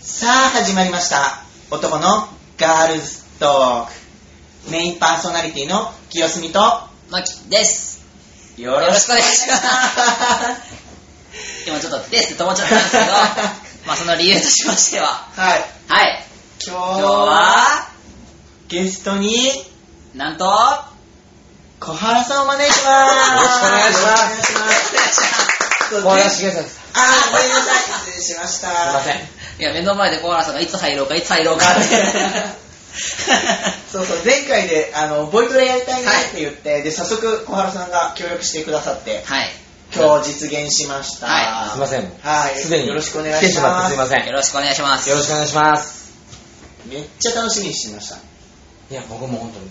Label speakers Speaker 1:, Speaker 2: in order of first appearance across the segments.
Speaker 1: さあ始まりました男のガールズトークメインパーソナリティの清澄と
Speaker 2: マキです。
Speaker 1: よろ
Speaker 2: しくお願いします今ちょっとですって止まっちゃったんですけど、まあその理由としましては、
Speaker 1: はい
Speaker 2: はい、
Speaker 1: 今日
Speaker 2: 今日は、
Speaker 1: ゲストに
Speaker 2: なんと、 よ
Speaker 1: 小原さんをお招きします
Speaker 3: よろしくお願いします
Speaker 1: よろしくお願いします
Speaker 3: 小林茂さんです。
Speaker 1: あーごめんなさい失礼しました
Speaker 3: すいません。
Speaker 2: いや、目の前で小原さんがいつ入ろうか、いつ入ろうかって。
Speaker 1: そうそう前回であのボイトレやりたいね
Speaker 2: はい
Speaker 1: って言って、で早速小原さんが協力してくださって
Speaker 2: はい、
Speaker 1: 今日実現しました
Speaker 2: はい
Speaker 3: すいません。
Speaker 1: はい
Speaker 3: すでに
Speaker 1: よろしくお願いします
Speaker 3: 来てしまってすいません。
Speaker 2: よ
Speaker 3: よ
Speaker 2: ろしくお願いします。
Speaker 3: ろしくお願いします。
Speaker 1: めっちゃ楽しみにしてました
Speaker 3: いや、僕も本当に、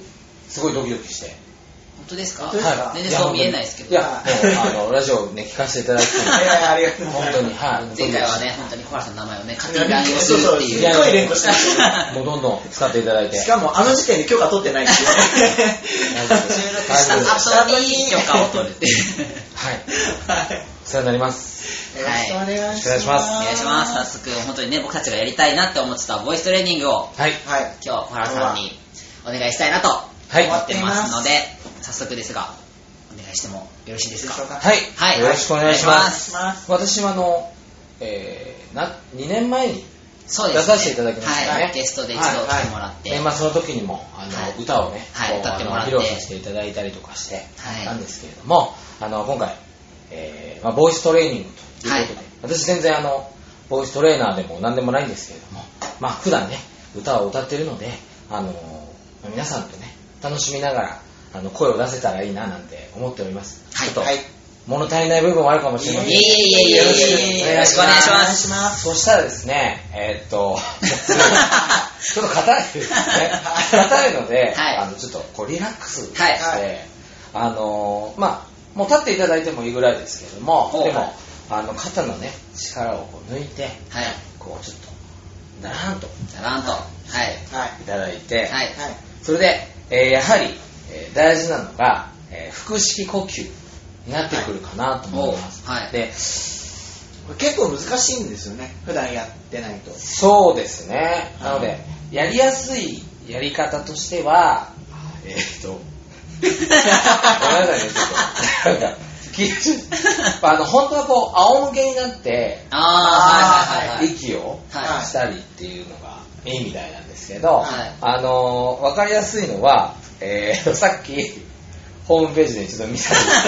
Speaker 3: すごいドキドキして。
Speaker 2: 本当ですか
Speaker 1: 本当ですか
Speaker 2: 全然そう見えないですけ
Speaker 3: い
Speaker 2: ど、
Speaker 3: や、もう、あの、ラジオね、聞かせていただいて、
Speaker 1: いやいやありがとうござ
Speaker 3: 本
Speaker 1: い
Speaker 3: 当
Speaker 1: ま
Speaker 3: に、はい。
Speaker 2: 前回はね、本当に小原さんの名前をね、勝手に乱用するって
Speaker 1: そうそうす
Speaker 2: いう。
Speaker 1: っごい連呼してました
Speaker 3: もうどんどん使っていただいて。
Speaker 1: すしかもあの時点で許可取ってないっていうね
Speaker 3: 大丈 夫です
Speaker 2: 収録した後に許可を取る っていう。
Speaker 3: はい。
Speaker 1: はい
Speaker 3: お世話になります。
Speaker 1: よろしくお願いします
Speaker 3: はいよろしくお願いします
Speaker 2: お願いします。早速、本当にね、僕たちがやりたいなって思ってたボイストレーニングを、
Speaker 3: はい。
Speaker 1: はい
Speaker 2: 今日、小原さんにお願いしたいなと
Speaker 3: はい。
Speaker 1: 終わ
Speaker 2: 思
Speaker 1: っ
Speaker 3: は
Speaker 2: ってますので、早速ですが、お願いしてもよろしいですか
Speaker 3: い。
Speaker 2: はい。
Speaker 3: よろしくお願いしま
Speaker 1: お願い
Speaker 3: す。
Speaker 1: します
Speaker 3: 私はあの、えー、な、2年前に、
Speaker 2: そうです、ね。
Speaker 3: 出させていただきましたね
Speaker 2: はい。ゲストで一度来てもらって。
Speaker 3: 年
Speaker 2: はい。
Speaker 3: 末の時にも、あの、
Speaker 2: はい
Speaker 3: 歌をね、
Speaker 2: はい
Speaker 3: こう
Speaker 2: 歌ってもらって
Speaker 3: あの披露させていただいたりとかして、なんですけれども、あの今回、えーまあ、ボイストレーニングということで、
Speaker 2: はい
Speaker 3: 私全然あのボイストレーナーでも何でもないんですけれども、まあ普段ね、歌を歌ってるので、あのまあ皆さんとね、楽しみながらあの声を出せたらいいななんて思っております。
Speaker 2: はい
Speaker 3: ちょっと、
Speaker 1: はい
Speaker 3: 物足りない部分もあるかもしれません
Speaker 2: いえいえいえいえいえ
Speaker 3: よろしくお願いし
Speaker 2: よろしくお願
Speaker 3: ま
Speaker 2: いし
Speaker 3: す。
Speaker 1: お
Speaker 2: ま
Speaker 1: 願いします
Speaker 3: そしたらですね、え ーっと、ちょっと硬いですね。硬いので、
Speaker 2: はい
Speaker 3: あのちょっとこうリラックスして、
Speaker 2: はい
Speaker 3: あのーまあ、もう立っていただいてもいいぐらいですけれども、
Speaker 2: おう
Speaker 3: でも、
Speaker 2: はい
Speaker 3: あの肩のね、力をこう抜いて、
Speaker 2: はい。
Speaker 3: こうちょっと、だらーんと
Speaker 2: だらんと。はい。
Speaker 1: はい
Speaker 3: いただいて、
Speaker 2: はい。
Speaker 1: はい
Speaker 3: それで、えーやはり、えー大事なのが、えー腹式呼吸になってくるかなと思います。
Speaker 2: はいおうはい
Speaker 3: で
Speaker 1: これ結構難しいんですよね普段やってないと
Speaker 3: そうですね。なの
Speaker 1: は
Speaker 3: で、やりやすいやり方としては、え ーっと、ごめんなさいね、ちょっと。なんか緊張 あの本当はこう、仰向けになって、
Speaker 2: あー、はいはいはいはい。
Speaker 3: 息を
Speaker 2: はい
Speaker 3: したりっていうのがいいみたいなんですけど、
Speaker 2: はい
Speaker 3: あのー、わかりやすいのは、えー、さっき、ホームページでちょっと見たんです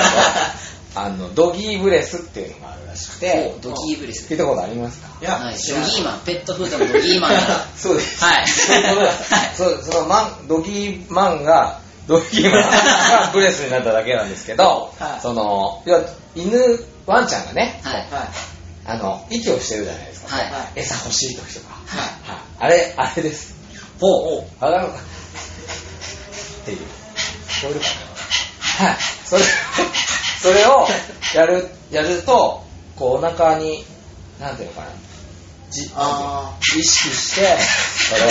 Speaker 3: け ど、あの、ドギーブレスっていうのがあるらしくて
Speaker 2: お、ドギーブレス
Speaker 3: 聞いたことありますか
Speaker 1: い
Speaker 2: はい。
Speaker 1: 知ら
Speaker 2: ド
Speaker 1: ない
Speaker 2: ギーマン、ペットフードのドギーマンが。
Speaker 3: そうです。
Speaker 2: はい
Speaker 3: そういうことです
Speaker 2: はい
Speaker 3: そうそのマン、ドギーマンが、ドギーマンがブレスになっただけなんですけど、
Speaker 1: はい
Speaker 3: その、要は犬、ワンちゃんがね、
Speaker 2: はい。
Speaker 1: はい
Speaker 3: あの、息をしてるじゃないですか。
Speaker 2: はい。
Speaker 1: はい
Speaker 3: 餌欲しい時とか。
Speaker 2: はい
Speaker 3: はいあれ、あれです。
Speaker 2: ほう。
Speaker 3: わかるのかっていう。こういうことはい。それ、それをやる、やると、こうお腹に、なんていうのかな、じなんていうの
Speaker 1: あ
Speaker 3: 意識して、それを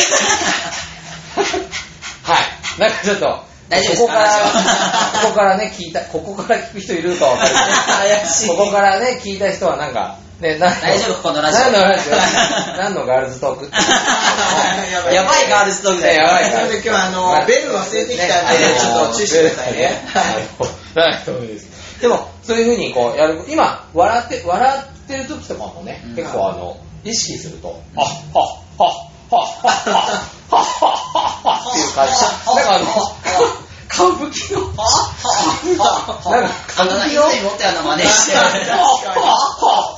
Speaker 3: はい。なんかちょっと、
Speaker 2: 大丈夫ですか
Speaker 3: ここから
Speaker 2: 話は、
Speaker 3: ここからね、聞いた、ここから聞く人いるかわかんない。
Speaker 2: 怪しい
Speaker 3: ここからね、聞いた人はなんか、ね、なんの
Speaker 2: 大丈夫このラジオ
Speaker 3: 何のラジオ何のガールズトーク
Speaker 1: やばい
Speaker 2: やばいガールズトークだよ。
Speaker 3: やばい
Speaker 1: ということで今日はあのベル忘れてきたんで
Speaker 3: あの
Speaker 1: ちょっと注意してくださいね
Speaker 3: はいはいそうです。でも、そういうふうにこうやる、今、笑って、笑ってる時とかもね
Speaker 2: う、ん
Speaker 3: 結構あの、意識すると、あっはっはっはっはっはっはっはっはっていう感じ。なんかあの、歌舞伎の、なんか歌
Speaker 2: 体
Speaker 3: 舞
Speaker 2: に
Speaker 3: 伎の、
Speaker 2: 持ったような真似して
Speaker 3: あっはっはっはっ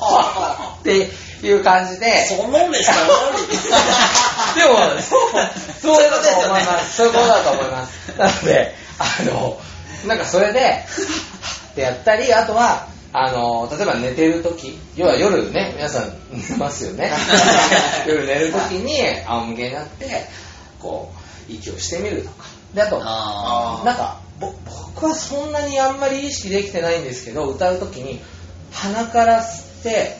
Speaker 3: はっていう感じで、
Speaker 2: そんなんで したよ。
Speaker 3: でも、そうそういうことだと思います。そういうことだと思います。 なので、あの、なんかそれで、ってやったり、あとは、あの、例えば寝てるとき、要は夜ね、皆さん寝ますよ ね。夜寝るときに、仰向けになって、こう、息をしてみるとか。で、あと、
Speaker 2: あ
Speaker 3: なんかぼ僕はそんなにあんまり意識できてないんですけど歌う時に鼻から吸って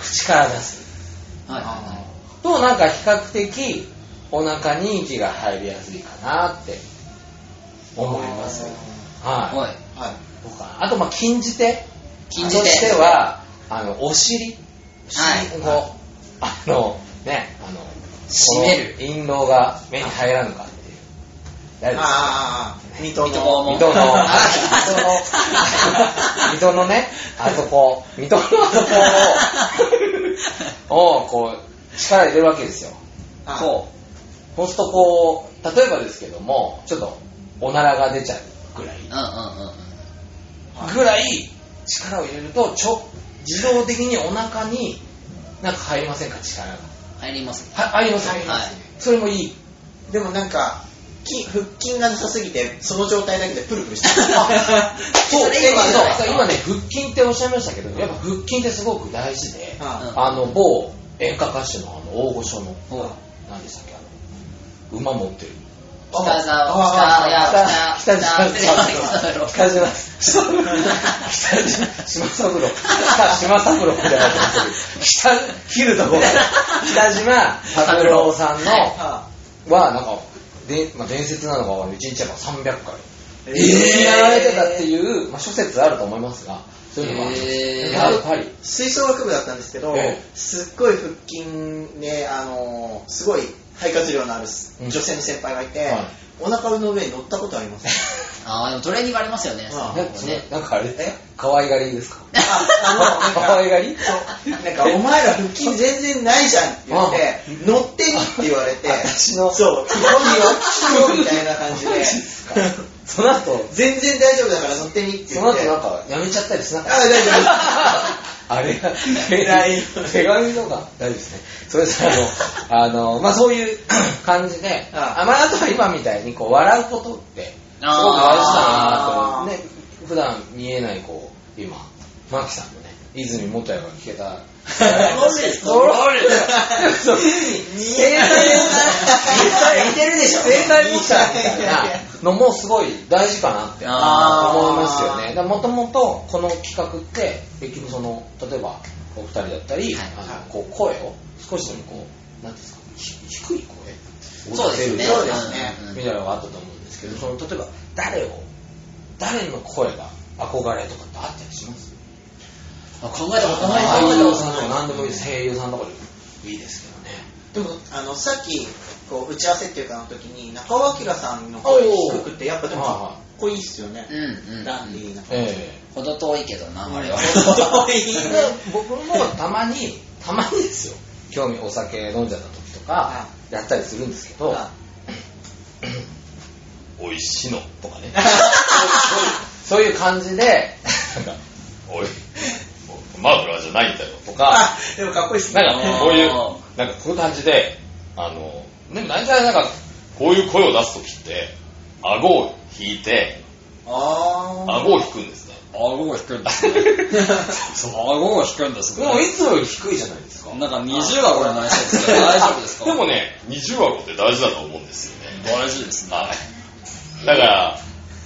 Speaker 3: 口から出す
Speaker 2: ーは
Speaker 3: となんか比較的お腹に息が入りやすいかなって思います
Speaker 2: いはい。
Speaker 3: は
Speaker 2: おい。
Speaker 1: はい
Speaker 3: いとかあとまあ禁じ手
Speaker 2: 禁じ手
Speaker 3: としてはあのお尻お尻
Speaker 2: はい
Speaker 3: こうあの、ね、あの、
Speaker 2: 締める
Speaker 3: この陰謀が目に入らぬかっていう。大丈夫ですか
Speaker 1: ああ、水戸の。
Speaker 2: 水戸黄門
Speaker 3: 水戸の、水戸の
Speaker 2: あ、
Speaker 3: 水戸のね、あそこ、水戸のあ そこを、をこう、力入れるわけですよ。
Speaker 1: あ
Speaker 3: こう、ほんとこう、例えばですけども、ちょっと、おならが出ちゃうぐらい。
Speaker 2: うんうんうん。
Speaker 3: ぐらい力を入れるとちょ自動的にお腹になんか入りませんか力が
Speaker 2: 入りますね。
Speaker 3: は入ります
Speaker 1: 入りますね
Speaker 3: それもいい
Speaker 1: でもなんか、筋腹筋がなさすぎて、その状態だけでプルプルして る。
Speaker 2: あ
Speaker 3: そう
Speaker 2: それ今
Speaker 3: 今
Speaker 2: じゃない
Speaker 3: そう今ね腹筋っておっしゃいましたけどやっぱ腹筋ってすごく大事で、
Speaker 1: あ
Speaker 3: あの某演歌歌手のあの大御所の
Speaker 2: ほう
Speaker 3: 何でしたっけあの馬持ってる
Speaker 2: 北沢、
Speaker 1: あ
Speaker 2: 北、いや、
Speaker 3: 北
Speaker 2: 北、
Speaker 3: 北島三郎北島三郎 北島三郎北島三郎みたいになってますけど北切るところ北島三郎さんの
Speaker 1: あ
Speaker 3: はなんかで、まあ、伝説なのか1日は300回
Speaker 1: え
Speaker 3: ええやられてたっていう、まあ、諸説あると思いますがそういうのがあります
Speaker 2: えー
Speaker 3: やっぱり
Speaker 1: 吹奏楽部だったんですけど、
Speaker 3: え
Speaker 1: すっごい腹筋ね、あのーすごい肺活量のあるす
Speaker 3: うん
Speaker 1: 女性の先輩がいて、
Speaker 3: はい
Speaker 1: お腹の上に乗ったことあります。
Speaker 2: ああ、でもトレーニングありますよね。
Speaker 1: あ
Speaker 3: なんか
Speaker 2: そこ
Speaker 3: それ
Speaker 2: ね。
Speaker 3: なんかあれ
Speaker 1: え
Speaker 3: 可愛がりですか
Speaker 1: ああの、
Speaker 3: 可
Speaker 1: なん
Speaker 3: 愛
Speaker 1: か、
Speaker 3: がり
Speaker 1: そうなんかお前ら腹筋全然ないじゃんって言って、乗ってみって言われて、
Speaker 3: 私の
Speaker 1: そう、日本には聞くよみたいな感じ
Speaker 3: マ
Speaker 1: で
Speaker 3: ジっ、その後
Speaker 1: 全然大丈夫だから乗ってみって
Speaker 3: そ
Speaker 1: 言
Speaker 3: の
Speaker 1: っ
Speaker 3: 後
Speaker 1: て、
Speaker 3: なん
Speaker 1: あ、
Speaker 3: かやめちゃったりしなかった
Speaker 1: 大丈夫です。
Speaker 3: あれが
Speaker 1: 偉い
Speaker 3: 手紙とか大丈夫ですね。それさあのあのまあそういう 感じで、
Speaker 1: ああ
Speaker 3: あまああとは今みたいにこう笑うことってすごく大事だなと思うね普段見えないこう今マキさんのね泉元也が聞けた。
Speaker 1: ロレス
Speaker 3: ロレスそう
Speaker 1: 見えない
Speaker 3: な
Speaker 1: 見てるでしょ
Speaker 3: 生体模写みたいなのもすごい大事かなって
Speaker 2: あ
Speaker 1: ー
Speaker 3: 思いますよね。もともとこの企画って結局その例えばお二人だったり、
Speaker 2: はい
Speaker 3: あのこう声を少しでもこうなんていうんですかひ低い声
Speaker 2: そうですよね。
Speaker 1: そ
Speaker 3: を
Speaker 1: う
Speaker 3: 出
Speaker 1: で
Speaker 3: せ
Speaker 1: す
Speaker 3: る
Speaker 1: ね
Speaker 2: うんうん
Speaker 3: みたいなのがあったと思うんですけど、その例えば誰を誰の声が憧れとかってあったりします？
Speaker 2: あ考えたことない。
Speaker 3: 俳優さんとか
Speaker 2: な
Speaker 3: 何でもいいです。声優さんとかでもいいですけどね。
Speaker 1: でもあのさっきこう打ち合わせっていうかの時に中尾明さんの声低くってやっぱでもかっこいいっすよね
Speaker 2: う、んうん。
Speaker 1: ダンディーな
Speaker 3: ええ
Speaker 2: ほど遠いけどな、我々。
Speaker 1: 程遠い
Speaker 3: で僕もたまにたまにですよ興味お酒飲んじゃった時とか
Speaker 1: は
Speaker 3: やったりするんですけど「おいしの」とかね そういう感じで
Speaker 4: おい、マグラじゃないんだよとか、
Speaker 1: あでもかっこいいっすね
Speaker 4: なんかこういう、なんかこういう感じで、あの、ね、大体なんか、こういう声を出すときって、顎を引いて、
Speaker 1: あ
Speaker 4: 顎を引くんですね。
Speaker 2: 顎が低いんですね。顎が低いんです
Speaker 3: もういつもより低いじゃないですか
Speaker 2: なんか20はこれ内緒ですけど、大丈夫ですか
Speaker 4: でもね、二重顎って大事だと思うんですよね。
Speaker 2: 大丈夫ですね。
Speaker 4: はい。だから、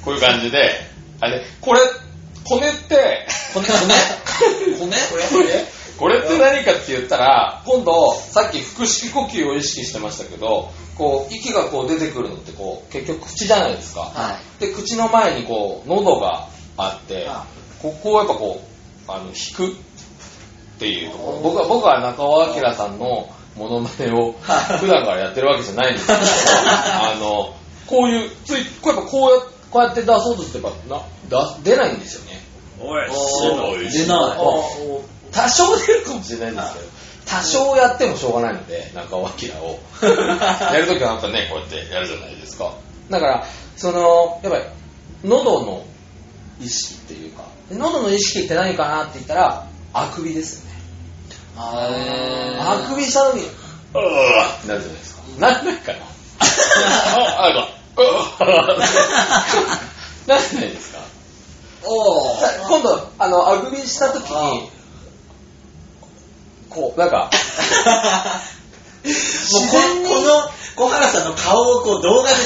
Speaker 4: こういう感じで、あれ、これ、骨って、
Speaker 2: 骨、骨骨
Speaker 1: ーこれこれ
Speaker 4: これって何かって言ったら、今度、さっき腹式呼吸を意識してましたけど、こう、息がこう出てくるのって、こう、結局口じゃないですか。
Speaker 2: は
Speaker 4: で、口の前にこう、喉があって
Speaker 1: あ、
Speaker 4: ここをやっぱこう、あの、引くっていうところ。僕は、僕は中尾明さんのモノマネを
Speaker 1: はい
Speaker 4: 普段からやってるわけじゃないんですけど、あの、こういう、つい、こうやっぱこうやこうやって出そうとすれば、な、出出ないんですよね。
Speaker 2: おい
Speaker 4: おい
Speaker 2: 出ない。
Speaker 1: お
Speaker 4: 多少出るかもしれないんですけど、多少やってもしょうがないので、中尾明を。やるときはなんかね、こうやってやるじゃないですか。
Speaker 3: だからそのやっぱり喉の意識っていうかで喉の意識って何かなって言ったらあくびですよねあくびした時に
Speaker 4: うわなるじゃないですか。なんないかな。あ、あが、うわなんないですか。
Speaker 2: おー。
Speaker 3: さ今度あのあくびした時にこうなんか
Speaker 1: もうここの小原さんの顔をこう動画で伝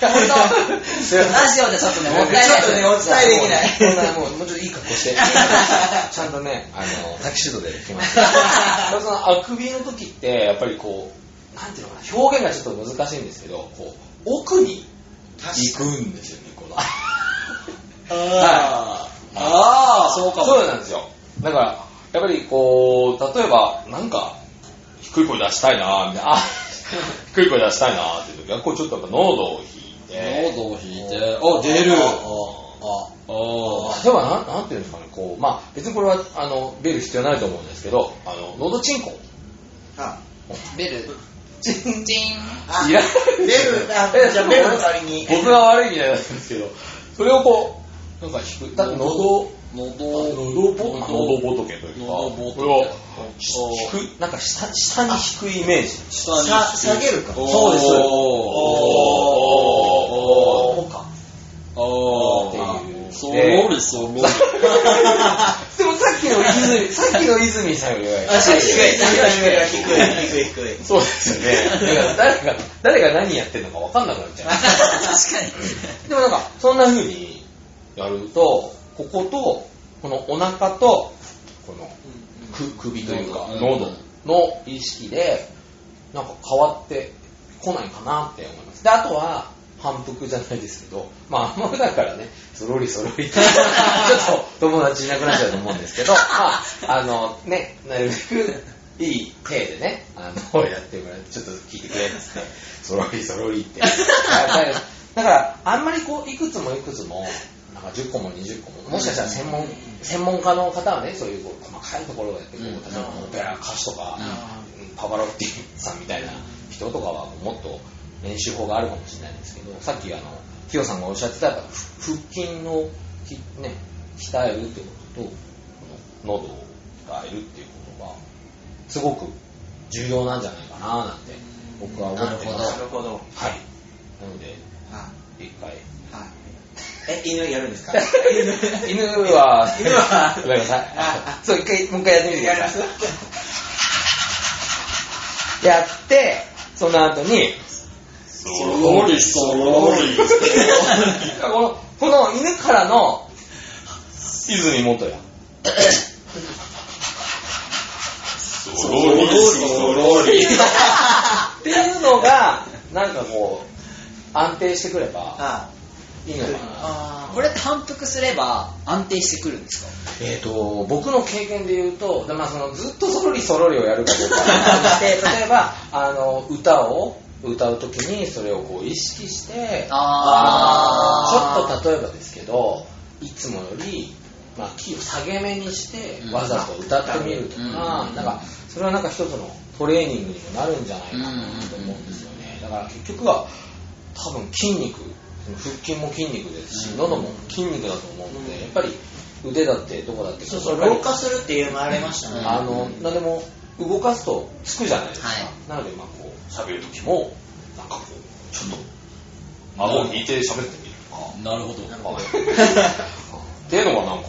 Speaker 1: えたい
Speaker 2: 本当ラジオでちょっとね、もったいない。
Speaker 1: ちょっとねお伝えできない
Speaker 3: こんなもうもうちょっといい格 好してちゃんとねあのタキシードで来ましたそのあくびの時ってやっぱりこうなんていうのかな表現がちょっと難しいんですけどこう奥に行くんですよね この
Speaker 2: あーあー、そうかも。
Speaker 3: そうなんですよだからやっぱりこう例えばなんか低い声出したいなみたいな、あ低い声出したいなっていう時は、こうちょっとやっぱ濃度を引いて、
Speaker 4: 喉を引いて、あ、出る。あ
Speaker 3: 例えばなん、なんていうんですかね、こう、まあ別にこれは、あの、出る必要ないと思うんですけど、あの、喉チンコ。
Speaker 1: あ、
Speaker 2: ベル。チンチン。
Speaker 1: あ、
Speaker 3: いら
Speaker 1: ベル、あ、じゃあベルの代わりに。
Speaker 3: 僕が悪いみたいなんですけど、それをこう、なんか低い、だって喉、
Speaker 4: 喉、
Speaker 3: 喉ぼ喉仏というか、
Speaker 4: 喉仏
Speaker 3: これを低い、なんか下下に低いイメージ。
Speaker 4: 下に
Speaker 1: さ下げるか。
Speaker 4: おー
Speaker 1: そうです。
Speaker 4: お
Speaker 1: ーか。
Speaker 4: あ
Speaker 3: っていう
Speaker 4: あ、そろりそろり。
Speaker 3: でもさっきの泉、 さっきの泉さんよりは、
Speaker 1: あ、低い、低い、低い、低い、低い、低い。
Speaker 3: そうですよね。だから誰が、誰が何やってるのか分かんなくなっちゃう。
Speaker 2: 確かに。
Speaker 3: でもなんか、そんな風にやると、ここと、このお腹と、このく首というか、
Speaker 4: うん
Speaker 3: 喉の意識で、なんか変わってこないかなって思います。で、あとは、反復じゃないですけど、まあ、あんま普段からね、そろりそろり、ちょっと友達いなくなっちゃうと思うんですけど、まあ、あの、ね、なるべくいい手でね、あの、やってもらって、ちょっと聞いてくれって言って、そろりそろりって。やっぱりだから、あんまりこう、いくつもいくつも、なんか10個も20個も、もしかしたら専門、専門家の方はね、そういうこう細かいところをやって、こう、例えばオペラ歌手とか、パパロッティさんみたいな人とかはもっと練習法があるかもしれないんですけどさっきあのヒヨさんがおっしゃってたやっぱ腹筋をき、ね、鍛えるってこととこの喉を鍛えるっていうことがすごく重要なんじゃないかななんて僕は思ってま
Speaker 1: な
Speaker 3: す
Speaker 1: るほど。
Speaker 3: はいなので
Speaker 1: あ
Speaker 3: 一回
Speaker 1: はい。え、犬やるんですか
Speaker 3: 犬は
Speaker 1: 犬は
Speaker 3: ごめんなさい
Speaker 1: あ
Speaker 3: そう一回もう一回やってみてく
Speaker 1: やり
Speaker 3: だ
Speaker 1: ま
Speaker 3: さ
Speaker 1: す
Speaker 3: いやってその後に
Speaker 4: そろりそろり。
Speaker 3: このこの犬からの泉元や
Speaker 4: そろりそろり。
Speaker 3: っていうのがなんかこう安定してくれば
Speaker 1: あ
Speaker 3: いいのかな
Speaker 2: これって反復すれば安定してくるんですか
Speaker 3: えっ、と僕の経験で言うと、まあ、そのずっとそろりそろりをやるかどうかで例えばあの歌を歌う時にそれをこう意識して
Speaker 2: あー
Speaker 3: ちょっと例えばですけどいつもより、まあ、キーを下げ目にして、
Speaker 2: うん
Speaker 3: わざと歌ってみるとか、
Speaker 2: うん
Speaker 3: なんかそれはなんか一つのトレーニングにもなるんじゃないかなと思うんですよね、だから結局は多分筋肉腹筋も筋肉ですし、喉も筋肉だと思うので、
Speaker 1: うん
Speaker 3: やっぱり腕だってどこだって
Speaker 1: そうそう、
Speaker 3: やっぱ
Speaker 1: 老
Speaker 3: り
Speaker 1: 化するっていうのもありましたね。
Speaker 3: あ の、何でも動かすとつくじゃないですか。
Speaker 2: はい
Speaker 3: なので、まあこう、喋るときも、なんかこう、ちょっと、顎を引いて喋ってみるとか、
Speaker 4: なるほど。
Speaker 3: っていうのがなんか、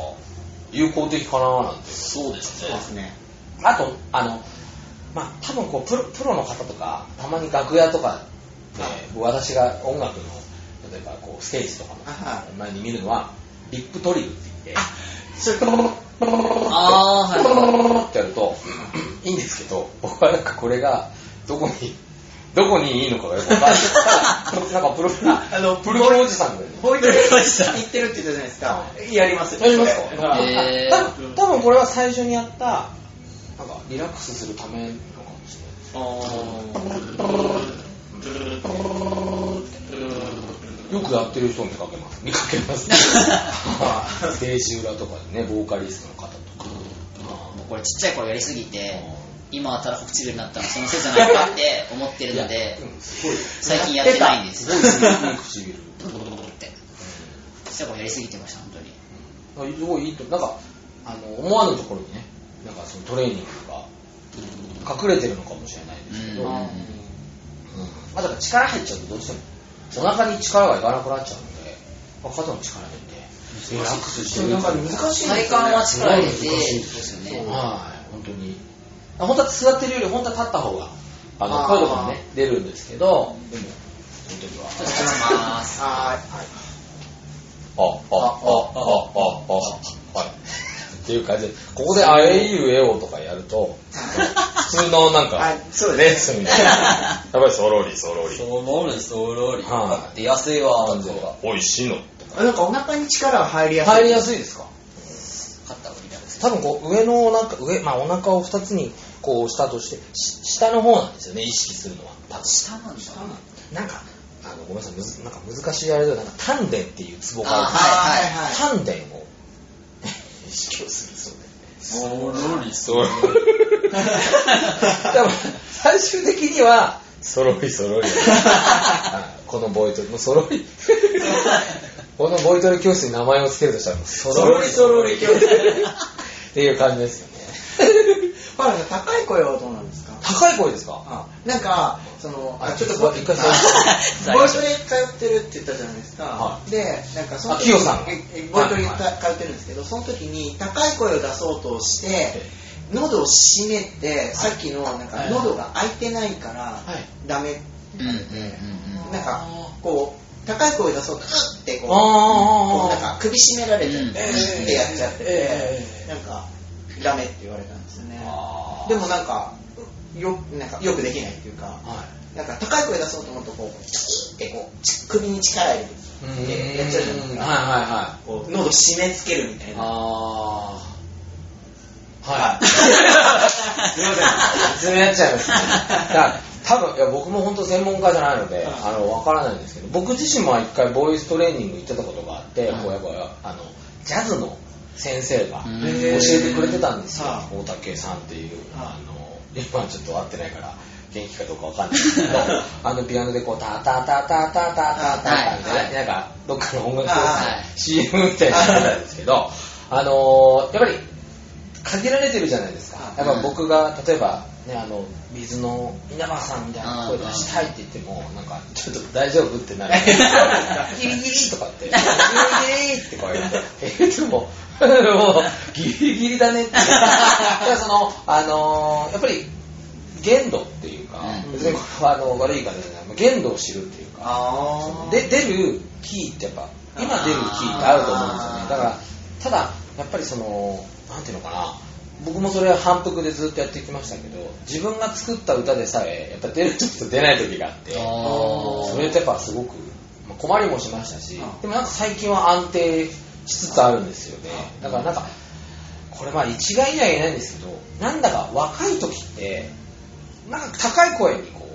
Speaker 3: 有効的かななんて。
Speaker 4: そうです
Speaker 1: そう
Speaker 4: ね
Speaker 1: で。すね。
Speaker 3: あと、あの、まあ多分こうプロ、プロの方とか、たまに楽屋とかで、私が音楽の、例えばこう、ステージとか
Speaker 1: あは
Speaker 3: の前に見るのは、リップトリルって言って、
Speaker 1: それ
Speaker 2: あーはい
Speaker 3: ってやると、いいんですけど、僕はなんかこれが、どこに、どこにいいのかがよくわか んない。なんかプロ、
Speaker 1: あの
Speaker 3: プロおじさんがいる。
Speaker 1: ボイトレ行ってるって言ったじゃないですか。やります。
Speaker 3: やります
Speaker 1: それ
Speaker 3: か、
Speaker 2: へー
Speaker 3: 多分多分これは最初にやった、なんかリラックスするためのかもしれない。よくやってる人見かけます。見かけ ます、ステージ裏とかでね、ボーカリストの方とか。
Speaker 2: もうこれちっちゃい頃やりすぎて、今はたらこ唇になったのそのせいじゃないかって思ってるので、
Speaker 3: うんすごい。
Speaker 2: 最近やってないんですよ。
Speaker 3: すごいね 唇。
Speaker 2: ブルブルブルって。ちっちゃい頃やりすぎてました、本当に。
Speaker 3: あすごいいいとなんかあの思わぬところにねなんかそのトレーニングが隠れてるのかもしれないですけど、
Speaker 2: うん
Speaker 3: うんまあ、だから力入っちゃうとどうしてもお腹に力がいかなくなっちゃうので、まあ、肩の力入れてリラックスして
Speaker 1: なんか難しいん
Speaker 2: 体
Speaker 1: です
Speaker 2: 幹
Speaker 1: よね。
Speaker 2: は力入れて、
Speaker 3: すごい難しい
Speaker 2: ですよね。
Speaker 3: はい本当にあ本当は座ってるより本当は立った方があの
Speaker 1: あー
Speaker 3: 声とかもね出るんですけどでもその時
Speaker 2: ちょ
Speaker 3: は
Speaker 2: っと立ちます。
Speaker 1: は
Speaker 3: あ、あ、あ、あ、あ、あ、はい。っていう感じで、ここであえいうえおとかやると、普通のなんか
Speaker 1: い。、あ、そう
Speaker 3: レッ
Speaker 1: です。
Speaker 3: スンみたいな。やっぱりそろりそろり。
Speaker 4: そろりそろり。
Speaker 3: は
Speaker 4: で、野生は
Speaker 3: 感じが。おいしいの。
Speaker 1: なんかお腹に力が入りやすい。
Speaker 3: 入りやすいですか
Speaker 2: 肩をリラックス。
Speaker 3: 多分こう上のなんか上、まあお腹を二つにこうしたとして、し下の方なんですよね、意識するのは。多分
Speaker 2: 下なんだ
Speaker 3: なんか、あのごめんなさい、むずなんか難しいあれだよ、なんか丹田っていうツボがあるん
Speaker 2: あはい
Speaker 1: はい
Speaker 3: ですよ丹田を意識をするそうで。
Speaker 4: そろりそろり。
Speaker 3: でも最終的には、そろりそろり。はい このボイトレ、もうそろり。このボイトレ教室に名前を付けるとしたら、もうそろりそろり教室。っていう感じですよね。
Speaker 1: パールさん、高い声はどうなんですか
Speaker 3: 高い声ですか
Speaker 1: あなんか、その、
Speaker 3: あ
Speaker 1: あち
Speaker 3: ちょ
Speaker 1: ょっ
Speaker 3: っ
Speaker 1: と
Speaker 3: とご
Speaker 1: ボ
Speaker 3: め
Speaker 1: イ
Speaker 3: ん
Speaker 1: ト
Speaker 3: 一回それ
Speaker 1: レ通ってるって言ったじゃないですか。
Speaker 3: は
Speaker 1: で、なんかその
Speaker 3: あキヨさん
Speaker 1: ええボイトレ
Speaker 3: はい
Speaker 1: 通ってるんですけど、その時に高い声を出そうとして、喉を閉めて、さっきのなんか喉が開いてないから
Speaker 3: い、
Speaker 1: ダメ。
Speaker 2: うんうんうん
Speaker 1: なんか、こう、高い声出そうと、うってこう、こうなん
Speaker 3: あ
Speaker 1: か首絞められて、
Speaker 2: うん
Speaker 1: えーってやっちゃってて、
Speaker 3: え
Speaker 1: なんか、ダメって言われたんですよね。
Speaker 3: あー
Speaker 1: でもなんか、よなんかよくできないっていうか、
Speaker 3: は
Speaker 1: なんか高い声出そうと思うと、こう、チキってこう、ち首に力入れて、
Speaker 3: い。うん
Speaker 1: でやっちゃうじゃないですか
Speaker 3: はいはいはい。
Speaker 1: こう、喉締め付けるみたいな。
Speaker 3: あー。はい。
Speaker 1: すいません。
Speaker 3: 説明になっちゃいますね。だから多分いや僕も本当専門家じゃないので、あのわからないんですけど、僕自身も一回ボイストレーニング行ってたことがあって、
Speaker 2: うん
Speaker 3: こうやっぱあのジャズの先生が
Speaker 2: うん
Speaker 3: 教えてくれてたんですよ
Speaker 1: は。
Speaker 3: 大竹さんっていう、
Speaker 1: は
Speaker 3: あの今はちょっと会ってないから。元気かどうかわかんないですけど、あのピアノでこう、タタタタタタタタタみたいな、なんか、どっかの音楽教室の CM みたいなのがあったんですけど、あのやっぱり限られてるじゃないですか
Speaker 1: は。い
Speaker 3: やっぱ僕が例えば、ね、あの水の稲葉さんみたいな声出したいって言っても、なんかちょっと大丈夫ってなる。ギリギリとかって、ギリギリってこう言って、えでも、 もうギリギリだねって。だからその、あのやっぱり限度っていうか、
Speaker 2: うん
Speaker 3: 別にこれはあの悪い言い方じゃない、限度を知るっていうか。
Speaker 1: あー。
Speaker 3: で出るキーってやっぱ今出るキーってあると思うんですよね
Speaker 1: あー
Speaker 3: だからただやっぱりそのなんていうのかな僕もそれは反復でずっとやってきましたけど自分が作った歌でさえやっぱ出る時と出ない時があって
Speaker 2: あー
Speaker 3: それってやっぱすごくまあ困りもしましたし
Speaker 1: うん
Speaker 3: でもなんか最近は安定しつつあるんですよねだからなんかこれまあ一概には言えないんですけどなんだか若い時ってなんか高い声にこう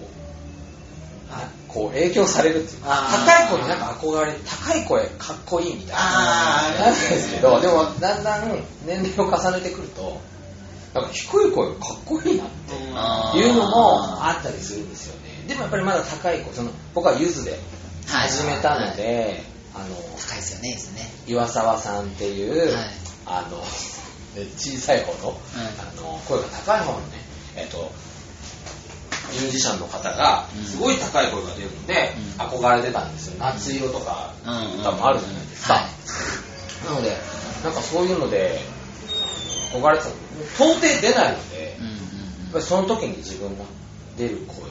Speaker 1: あ
Speaker 3: こう影響されるっていうか
Speaker 1: あー
Speaker 3: 高い声になんか憧れ高い声かっこいいみたい
Speaker 1: あー
Speaker 3: ななんですけどでもだんだん年齢を重ねてくるとなんか低い声がかっこいいなって
Speaker 2: あー
Speaker 3: いうのもあったりするんですよねでもやっぱりまだ高い声その僕はゆずで
Speaker 2: はい
Speaker 3: 始めたので、
Speaker 2: はい
Speaker 3: あの
Speaker 2: 高いですよねですね
Speaker 3: 岩沢さんっていう、
Speaker 2: はい
Speaker 3: あの小さい方の,、あの声が高い方のねえっとミュージシャンの方が
Speaker 2: うん
Speaker 3: すごい高い声が出るので、
Speaker 2: うん
Speaker 3: 憧れてたんですよ夏色とか
Speaker 2: うん
Speaker 3: 歌もあるじゃないですか、
Speaker 2: はい
Speaker 3: なのでなんかそういうので憧れてた到底出ないので、
Speaker 2: うんうん
Speaker 3: やっぱりその時に自分が出る声をや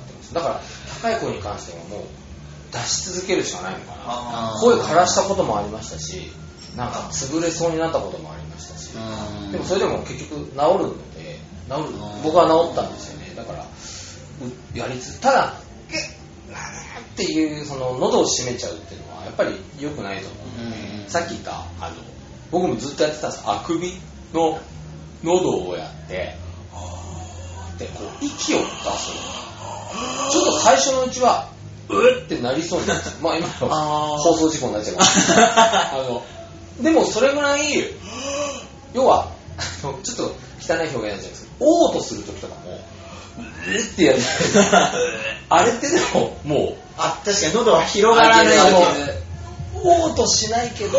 Speaker 3: ってますだから高い声に関してはもう出し続けるしかないのかな
Speaker 1: あ
Speaker 2: ー
Speaker 3: 声枯らしたこともありましたしなんか潰れそうになったこともありましたし
Speaker 2: うん
Speaker 3: でもそれでも結局治るので治る
Speaker 2: うん
Speaker 3: 僕は治ったんですよねだからうやりつつただえっなーっていうその喉を閉めちゃうっていうのはやっぱり良くないと思う
Speaker 2: うんうん
Speaker 3: さっき言ったあの僕もずっとやってたんですあくびの喉をやってあーってこう息を出すちょっと最初のうちはうってなりそうになっちゃうまあ今の
Speaker 2: あー
Speaker 3: 放送事故になっちゃいま したあのでもそれぐらい要はあのちょっと汚い表現になっちゃうんですけどおーとする時とかもうーってやるあれってでももう
Speaker 1: あ、確かに喉は広がらない
Speaker 3: あ
Speaker 1: よ
Speaker 3: のおうとしないけど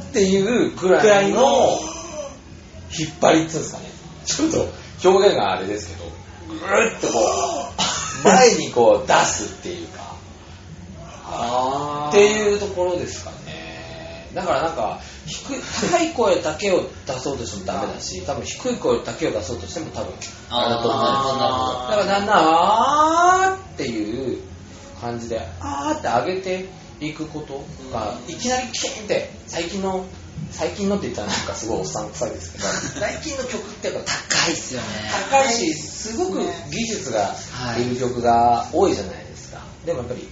Speaker 3: っていう
Speaker 1: く
Speaker 3: くら
Speaker 1: ら
Speaker 3: い
Speaker 1: い
Speaker 3: の
Speaker 1: の
Speaker 3: 引っ張りっつうんですかねちょっと表現があれですけどぐーっとこう前にこう出すっていうか
Speaker 1: あー
Speaker 3: っていうところですかねだからなんか低い高い声だけを出そうとしてもダメだし多分低い声だけを出そうとしても多分あれだと思
Speaker 2: あー
Speaker 3: うんですよだからだんだんあーっていう感じであーって上げていくことがいきなりキーンって最近の最近のって言ったらなんかすごいおっさん臭いです けど最近の曲ってやっぱ
Speaker 2: 高いっすよね
Speaker 3: 高いしすごく技術がいる曲が多いじゃないですかでもやっぱり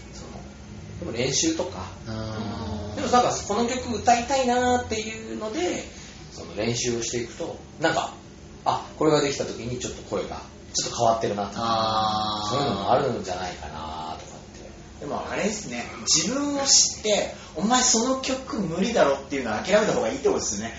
Speaker 3: そのでも練習とか
Speaker 2: うん
Speaker 3: でもなんかこの曲歌いたいなーっていうのでその練習をしていくとなんかあこれができた時にちょっと声がちょっと変わってるなと
Speaker 2: あー
Speaker 3: そういうのもあるんじゃないかなとかって
Speaker 1: でもあれですね自分を知ってお前その曲無理だろっていうのは諦めた方がいいってことですね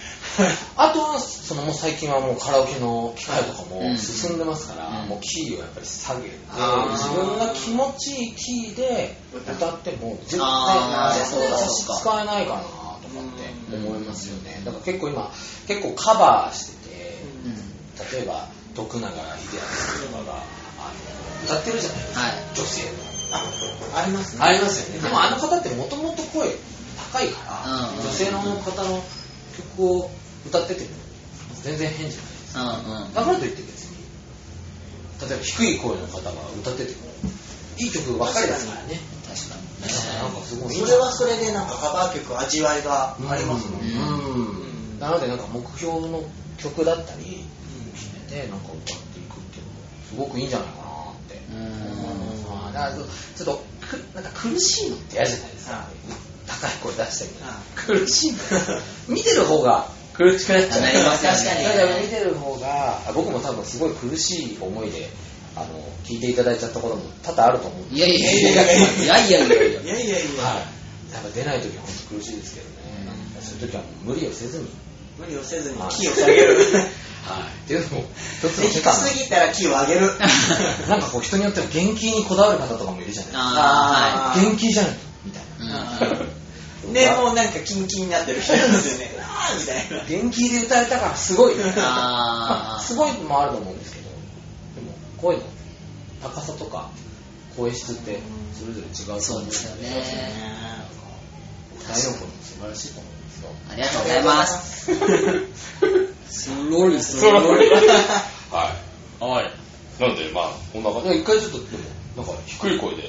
Speaker 3: あとはそのもう最近はもうカラオケの機械とか
Speaker 2: うん
Speaker 3: も進んでますから、
Speaker 2: うん
Speaker 3: もうキーをやっぱり下げて
Speaker 1: あー
Speaker 3: 自分が気持ちいいキーで歌っても絶対
Speaker 2: あ
Speaker 1: ー
Speaker 3: 全
Speaker 1: そ
Speaker 3: 然
Speaker 1: うか
Speaker 2: そうか
Speaker 3: 使えないかなとかって思いますよねだから結構今結構カバーして
Speaker 2: うん
Speaker 3: て例えば徳永英明さんとかがあの歌ってるじゃないですか
Speaker 2: はい
Speaker 3: 女性の。
Speaker 1: あありますね
Speaker 3: ありますよねでもあの方ってもともと声高いから、
Speaker 2: うんうん
Speaker 3: 女性の方の曲を歌ってても全然変じゃないです
Speaker 2: うんうん
Speaker 3: かだからといって別に例えば低い声の方が歌っててもいい曲ばっかりですからね
Speaker 2: 確かにね
Speaker 3: なんかすごい
Speaker 1: それはそれでなんかカバー曲味わいがありますもんね、
Speaker 3: うん
Speaker 1: うん
Speaker 3: なのでなんか目標の曲だったり決めてなんか歌っていくっていうのもすごくいいんじゃないかなって思います
Speaker 1: うん
Speaker 3: あーだからちょっとくなんか苦しいのって嫌じゃないですか高い声出してる
Speaker 1: あ
Speaker 3: 苦しい の見てる方が苦しくなっちゃう
Speaker 2: なりますよね
Speaker 3: だから見てる方があ僕も多分すごい苦しい思いであの聞いていただいちゃったことも多々あると思うんで
Speaker 2: いやいやいやいやいやいやいやいや
Speaker 1: いやいやいや、
Speaker 3: はい、やっぱ出ない時は本当苦しいですけどね、なんかそういう時はもう無理をせずに
Speaker 1: 無理をせずにキーを下げる
Speaker 3: はい、っていうのも一つの
Speaker 1: で
Speaker 3: 手
Speaker 1: 低
Speaker 3: 段
Speaker 1: すぎたらキーを上げ る
Speaker 3: なんかこう人によっては元気にこだわる方とかもいるじゃないですか
Speaker 2: あ
Speaker 1: ーはい
Speaker 3: 元気じゃないとみたいな
Speaker 2: あ
Speaker 1: あーでもうなんかキンキンになってる人いますよねああみたいな
Speaker 3: 元気で歌えたからすごい
Speaker 2: あー
Speaker 3: すごいのもあると思うんですけどでも声の高さとか声質ってそれぞれ違うと思
Speaker 2: そう
Speaker 3: の
Speaker 2: ですよね
Speaker 3: 歌いの声も素晴らしいと思うんですよ
Speaker 2: ありがとうございますスロリス
Speaker 4: それは
Speaker 2: ロリ
Speaker 4: はい。はい。なんで、まあ、こんな感じで、一回ちょっと、でも、なんか、低い声で。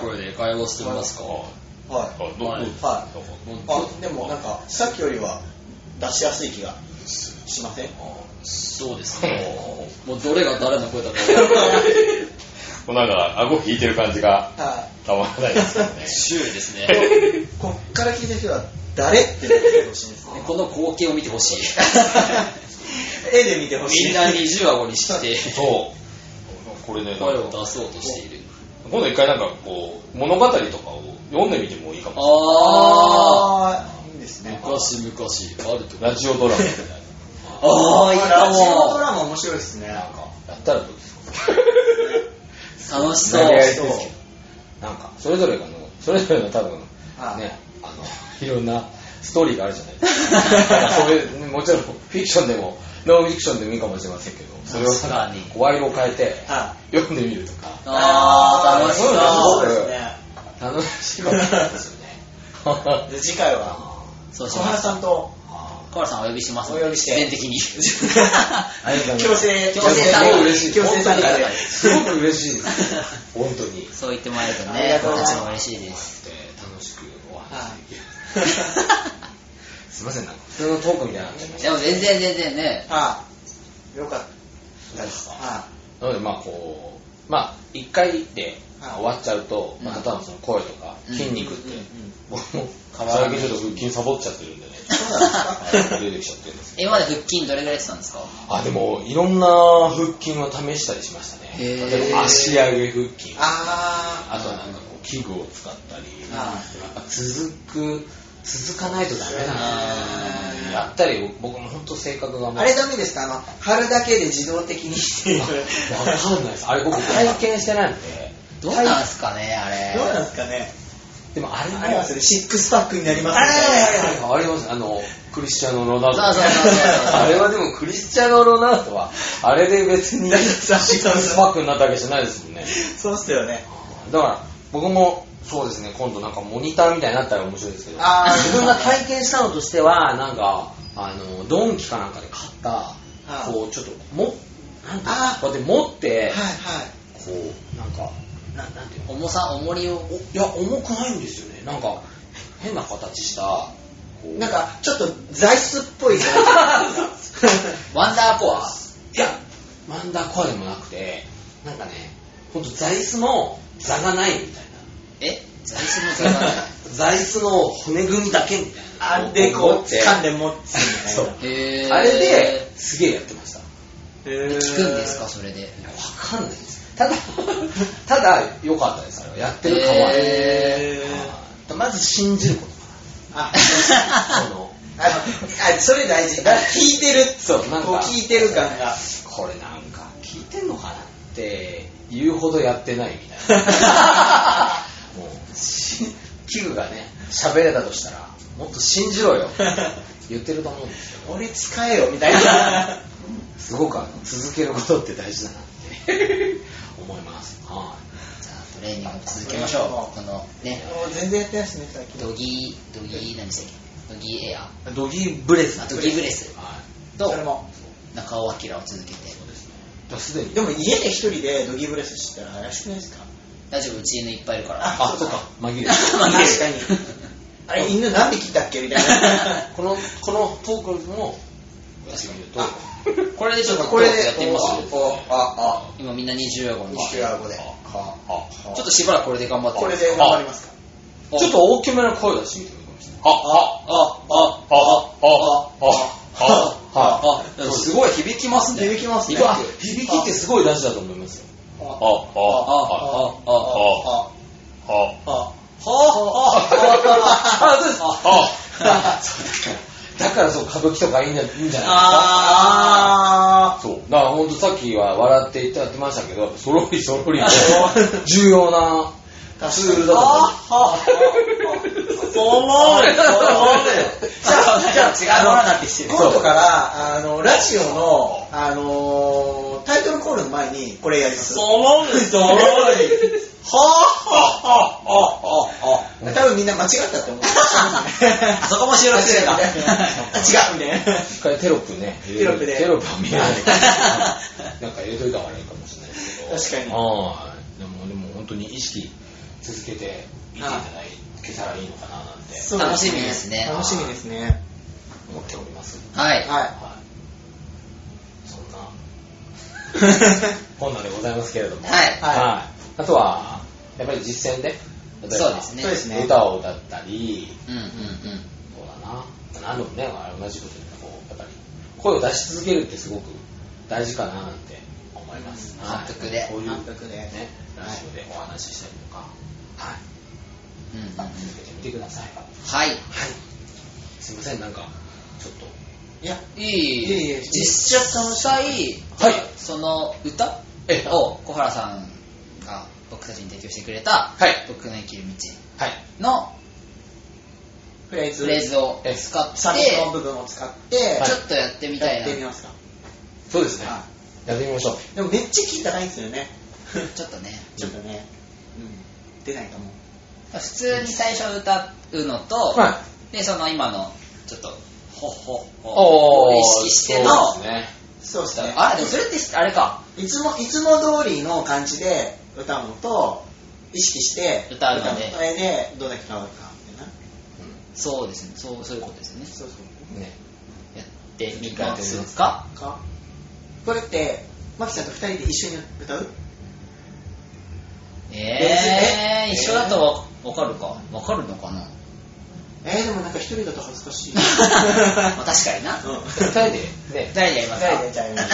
Speaker 2: これで会話してみますか
Speaker 4: あ、
Speaker 1: は
Speaker 4: どう、どう、
Speaker 2: はい
Speaker 4: なんか
Speaker 1: は
Speaker 4: どう
Speaker 1: いあでもなんかさっきよりは出しやすい気がしません
Speaker 2: そうですねもうどれが誰の声だか
Speaker 4: もうなんか、顎引いてる感じが、
Speaker 1: は
Speaker 4: たまらないですよね。
Speaker 2: シュールですね
Speaker 1: いこっから聞いた人は誰ってなってほしいですね
Speaker 2: この光景を見てほしい
Speaker 1: 絵で見てほしい
Speaker 2: みんな二重顎にして
Speaker 4: そう。これね、なん
Speaker 2: 声を
Speaker 4: か
Speaker 2: 出そうとしている
Speaker 4: 今度一回なんかこう、物語とかを読んでみてもいいかもし
Speaker 2: ああ
Speaker 1: ああいいですね
Speaker 2: 昔昔あると
Speaker 4: れない。ラジオドラマみたいな。
Speaker 2: ああいいか
Speaker 1: ラジオド
Speaker 2: も
Speaker 1: ラマ面白いです ね
Speaker 3: なんかやったらどうですか
Speaker 2: 楽しそう
Speaker 3: 投げ合い
Speaker 1: そう
Speaker 3: なんかそれぞれがのそれぞれの多分
Speaker 1: はい
Speaker 3: ねあのいろんなストーリーがあるじゃないですかだからそれもちろんフィクションでもノンフィクションでもいいかもしれませんけどそれを
Speaker 2: 確かに
Speaker 3: 声色を変えて
Speaker 1: は
Speaker 3: 読んでみるとか
Speaker 2: あー楽しそう
Speaker 1: そうですね
Speaker 3: 楽しいかもしれないですよね
Speaker 1: で次回は
Speaker 2: そう
Speaker 1: 小
Speaker 2: しま
Speaker 1: 原
Speaker 2: す
Speaker 1: さんと
Speaker 2: 小原さんお呼びしますの
Speaker 1: お
Speaker 2: で
Speaker 1: 呼びして
Speaker 2: 自然 的に
Speaker 3: ありがとうございます
Speaker 1: 強制
Speaker 2: 強制参加
Speaker 1: 強制参加で
Speaker 3: ですごく嬉しいです本当に
Speaker 2: そう言ってもらえると
Speaker 1: ありが
Speaker 2: ね
Speaker 1: とう
Speaker 2: 僕
Speaker 1: ござ
Speaker 2: た
Speaker 1: います
Speaker 2: ちも嬉しいです
Speaker 3: 楽しくお話
Speaker 1: は
Speaker 3: できる
Speaker 1: い
Speaker 3: すいませんなんか普通のトークみたいになっちゃいまし
Speaker 2: でも全然全然ね
Speaker 1: はいよかったですは
Speaker 3: たなのでまあこうまあ一回で
Speaker 1: はい
Speaker 3: 終わっちゃうと、まあ、
Speaker 2: うん
Speaker 3: 例えばその声とか
Speaker 2: うん
Speaker 3: 筋肉っ
Speaker 1: い
Speaker 3: て、
Speaker 1: うんうん
Speaker 3: 僕も
Speaker 4: 最近ちょっと腹筋サボっちゃってるん でね。
Speaker 1: そうなんですか
Speaker 4: はい出てきちゃってるんです
Speaker 2: 今まで腹筋どれぐらいやってたんですか
Speaker 3: あでもいろんな腹筋を試したりしましたね
Speaker 2: へー
Speaker 3: 例えば足上げ腹筋
Speaker 1: あ
Speaker 3: あとはなんかこう器具を使ったり
Speaker 1: あ
Speaker 3: やっぱ続く続かないとダメだ
Speaker 2: あ
Speaker 3: なやったり僕も本当性格がもう
Speaker 1: ああれダメですかあの貼るだけで自動的に している
Speaker 3: わかんな いですあれ僕体験してないので
Speaker 2: どうなんすかねあれ
Speaker 1: どうなんですかね
Speaker 3: でもあれも
Speaker 1: ありますよねシックスパックになります
Speaker 3: あ
Speaker 1: ね
Speaker 3: ありますあのクリスチャーノ・ロナウド
Speaker 2: そうそうそうそう
Speaker 3: あれはでもクリスチャーノ・ロナウドはあれで別 に
Speaker 1: だからさ
Speaker 3: シックスパックになったわけじゃないですもんね
Speaker 1: そうっすよね
Speaker 3: だから僕もそうですね今度なんかモニターみたいになったら面白いですけど
Speaker 1: あー
Speaker 3: 自分が体験したのとしてはなんかあのドンキかなんかで買った
Speaker 1: あー
Speaker 3: こうちょっともなんていうの
Speaker 1: あー
Speaker 3: こうやって持っ
Speaker 1: は
Speaker 3: て
Speaker 1: いはい
Speaker 3: こうなんかななんていうの
Speaker 2: 重さ重りを
Speaker 3: おいや重くないんですよねなんか変な形したこう
Speaker 1: なんか、ちょっと座椅子っぽい感
Speaker 2: ワンダーコア
Speaker 3: いや マンダーコアでもなくてなんかねほんと座椅子の座がないみたい
Speaker 2: え座椅子の座
Speaker 3: な
Speaker 2: が ない
Speaker 3: 座椅子の骨組みだけみたいな
Speaker 1: あでこう、
Speaker 3: 持って
Speaker 1: 掴んで持つみたいな。
Speaker 3: そう
Speaker 2: へー
Speaker 3: あれですげえやってました
Speaker 2: で聞くんですかそれで
Speaker 3: わかんないです。 ただ、ただ、良かったです、あれは。やってるかは。
Speaker 2: へ
Speaker 3: はいまず信じること
Speaker 1: あ
Speaker 3: かな。その
Speaker 1: ああそれ大事だから聞いてる
Speaker 3: そうなんか
Speaker 1: こう聞いてる感が
Speaker 3: これなんか、聞いてんのかなって言うほどやってないみたいな。 もう、し器具がね、喋れたとしたら、もっと信じろよって言ってると思うんですよ。
Speaker 1: 俺使えよみたいな
Speaker 3: すごくあの続けることって大事だなって思います。はい。
Speaker 2: じゃあトレーニング続けましょうこのね
Speaker 1: もう全然やってないですね最近
Speaker 2: ドギードギー何でしたっけドギーエア
Speaker 3: ドギーブレス
Speaker 2: あドギーブレス
Speaker 3: はい。
Speaker 2: と
Speaker 1: それも
Speaker 2: 中尾明を続けて
Speaker 3: だすでに。
Speaker 1: でも家で一人でドギーブレスしてたら怪しくないですか
Speaker 2: 大丈夫うち犬いっぱいいるから
Speaker 3: あ、そうか、紛れてる。
Speaker 2: 紛れる
Speaker 1: 確かにあれ犬何匹だっけみたい な
Speaker 3: この、このトークも、私が言うと、
Speaker 2: これでちょっと
Speaker 1: これで
Speaker 2: やってみます
Speaker 1: こうこうああ
Speaker 2: 今みんな20や5に
Speaker 1: 西
Speaker 2: ち
Speaker 1: 側語で
Speaker 3: か、あ、
Speaker 2: ょっとしばらくこれで頑張って
Speaker 1: これで頑張りますか
Speaker 2: お
Speaker 3: ちょっと大きめの声出してみてもいいかもしれない。あ、あ、あ、あ、あ、あ、あ、あ、
Speaker 2: あでもすごい響きますね
Speaker 1: 響きますね
Speaker 2: あ
Speaker 3: 響きってすごい大事だと思いますよ。
Speaker 4: あ、あ、
Speaker 2: ああああ
Speaker 1: あ
Speaker 4: あ、
Speaker 1: あ
Speaker 3: あ、そうです。
Speaker 4: あ、
Speaker 3: だからそう、歌舞伎とかいいんじゃないですか。
Speaker 1: あ
Speaker 3: そう。だから本当さっきは笑って言ってましたけど、そろりそろり、重要な
Speaker 1: あ
Speaker 3: ツールだと思う。
Speaker 1: そう思うよそう思うよ
Speaker 2: じゃあじゃあ違うものになってきてる
Speaker 1: 今度から、あの、ラジオの、あのータイトルコールの前に、これやります。そろ りそろり。はぁはぁはぁはぁはぁ。多分みんな間違ったって思う。
Speaker 2: あ そこも収録してた
Speaker 1: 間違えた違うみたいな。
Speaker 3: 一回テロップね。
Speaker 1: テロップで
Speaker 3: テロップは見 えないから。なんか入れといた方がいいかもしれないですけど。
Speaker 1: 確かに
Speaker 3: はい。でも、でも本当に意識続けて見ていただけたらいいのかななんて
Speaker 1: そう
Speaker 2: 楽しみですね
Speaker 1: 楽しみですね。
Speaker 3: 思っております。
Speaker 2: はい
Speaker 1: は。
Speaker 3: はい。そんないこんなんでございますけれども。
Speaker 2: はい
Speaker 1: はい
Speaker 3: い。あとは、やっぱり実践で、例えば
Speaker 2: そうですね
Speaker 1: そうですね。
Speaker 3: 歌を歌ったり、
Speaker 2: うんうんうん
Speaker 3: そうだな何度もね同じことでこうやっぱり声を出し続けるってすごく大事かななんて思います
Speaker 2: うん
Speaker 3: はい
Speaker 2: 納得で
Speaker 3: こういうね
Speaker 1: 納得で
Speaker 3: ラジオでお話ししたりとかはい
Speaker 2: うんうん
Speaker 3: 続けてみてくださいはい
Speaker 2: はい
Speaker 3: すいませんなんかちょっと
Speaker 1: いや、
Speaker 2: いい
Speaker 1: いえいえ
Speaker 2: 実際、
Speaker 3: はい
Speaker 2: その歌
Speaker 3: え
Speaker 2: を小原さんが僕たちに提供してくれた
Speaker 3: はい
Speaker 2: 「僕の生きる道
Speaker 3: はい」
Speaker 2: の
Speaker 1: フレーズ、
Speaker 2: フレーズを使っ
Speaker 1: サビ
Speaker 2: て
Speaker 1: の部分を使って、
Speaker 3: はい
Speaker 2: ちょっとやってみたい
Speaker 1: やっ
Speaker 2: な
Speaker 1: てみますか。
Speaker 3: そうですね
Speaker 1: は
Speaker 3: やってみましょう
Speaker 1: いでもめっちゃ聞いたらいいんですよね。
Speaker 2: ちょっとね
Speaker 1: ちょっ とね。うん。出ないかも。
Speaker 2: 普通に最初歌うのと、
Speaker 3: は
Speaker 2: でその今のちょっとほほほ
Speaker 3: お
Speaker 2: を
Speaker 3: ー
Speaker 2: 意識しての
Speaker 3: そうですね
Speaker 1: そうですね。
Speaker 2: あでもそれってあれか
Speaker 1: いつも、いつも通りの感じで歌うのと、意識して
Speaker 2: 歌うので
Speaker 1: 歌のでどれだけ変わるかみたいな。
Speaker 2: そうですねそうそういうことですよね
Speaker 1: そうそう。
Speaker 3: ね
Speaker 2: やってみますか
Speaker 1: かこれって、マキさんと二人で一緒に歌う
Speaker 2: え
Speaker 1: 練習ね
Speaker 2: ー、一緒だとわわかるかわかるのかな
Speaker 1: えー、でもなんか一人だと恥ずかし い。
Speaker 2: まあ確かにな
Speaker 1: うん。
Speaker 3: 二人でね
Speaker 2: 誰でやりますか
Speaker 1: 二人でじゃあやりまし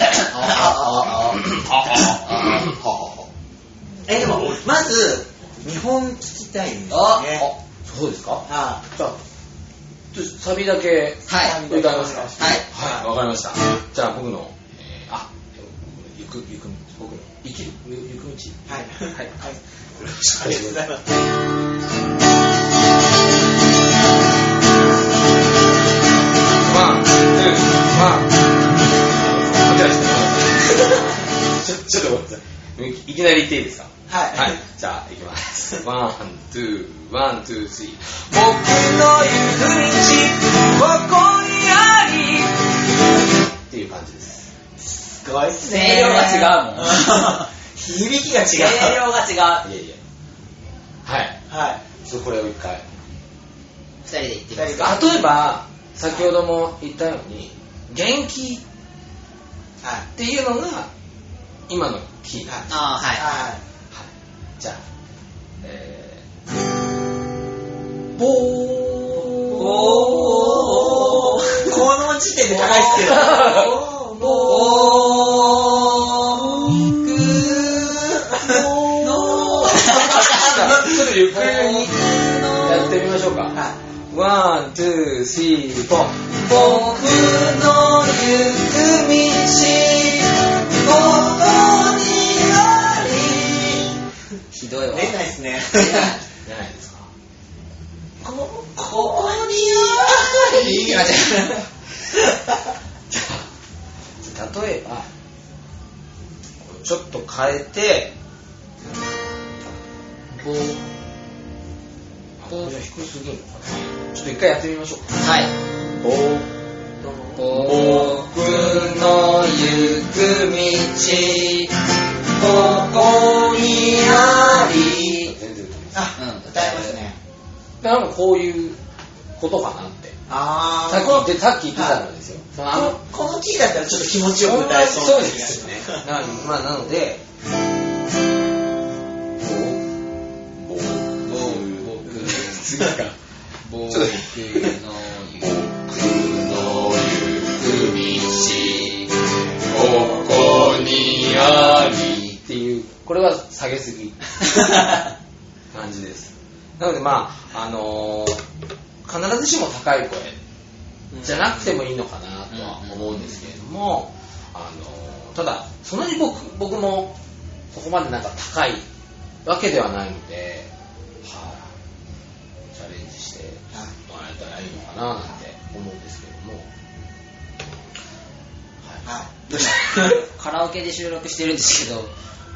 Speaker 2: あああ ああ
Speaker 1: えー、でも、まず、日本聞きたいんですよ
Speaker 2: あ
Speaker 1: ね。
Speaker 3: あそうですか
Speaker 1: あ
Speaker 3: じゃあちょっとサビだけ
Speaker 2: はい
Speaker 3: 歌いますか
Speaker 2: はい
Speaker 3: はい、わかりました。じゃあ僕の、えー、あ、行く、行く、僕の、生きる、行く道。
Speaker 1: はい。はい。はい。
Speaker 3: ありがとうございます。ワン、ツー、ワン。ちょ、ちょっとごめんなさい。いきなり言っていいですか
Speaker 1: はい。
Speaker 3: じゃあ、いきます。ワン、ツー、ワン、ツー、スリー。僕の行く道はここにありっていう感じです。
Speaker 1: すごいっすね。
Speaker 2: 声量が違うもん
Speaker 1: 響きが違
Speaker 2: 声
Speaker 1: う。
Speaker 2: 量が違う
Speaker 3: いえいえ。はい。
Speaker 1: はい。
Speaker 3: ちょっとこれを一回。
Speaker 2: 二人で行ってみますか
Speaker 3: 例えば、先ほども言ったように、元気っ
Speaker 1: はい。
Speaker 3: ていうのが、今のキー。
Speaker 1: はい
Speaker 2: あーはい
Speaker 1: はい。
Speaker 3: じゃあ、えー、ぼー。
Speaker 1: この時点で高いっすけど。のーくーの
Speaker 3: ちょっとゆっくりにやってみましょうか。
Speaker 1: はい
Speaker 3: ワン、ツー、スリー、フォー。
Speaker 1: 僕の行く道ここにあ
Speaker 2: ひどいわ
Speaker 1: り出ないですね
Speaker 3: じゃないですか。
Speaker 1: ここにあり
Speaker 2: いい感じ
Speaker 3: 例えば、ちょっと変えて、ぼ、これは低すぎるのかな。ちょっと一回やってみましょうか。
Speaker 2: はい
Speaker 3: ぼ、
Speaker 2: 僕
Speaker 3: 僕の行く道、ここにあり。全然歌えな
Speaker 1: あ
Speaker 3: い
Speaker 2: うん
Speaker 1: 歌えますね
Speaker 3: なんかこういうことかなって。
Speaker 1: あ
Speaker 3: さ
Speaker 1: ー
Speaker 3: っき言って、さっき言ってたんですよ。そのあの
Speaker 1: ここのキーだったらちょっと気持ちよく歌えそう
Speaker 3: そう
Speaker 1: な
Speaker 3: で
Speaker 1: 気が
Speaker 3: す
Speaker 1: し
Speaker 3: よ
Speaker 1: ま
Speaker 3: ね。なのまあ、なので、
Speaker 4: ぼぼ
Speaker 2: 僕
Speaker 3: 次か。
Speaker 2: 僕の
Speaker 3: ちょっと
Speaker 2: 行く
Speaker 4: の行く道、ここにあり。
Speaker 3: っていう、これは下げすぎ 感じです。なのでまあ、あのー必ずしも高い声じゃなくてもいいのかなとは思うんですけれども、あのーただ、そんなに僕僕もそこまでなんか高いわけではないので、はい、チャレンジしてもらえたらいいのかななんて思うんですけれども、
Speaker 1: はいどうした
Speaker 2: カラオケで収録してるんですけど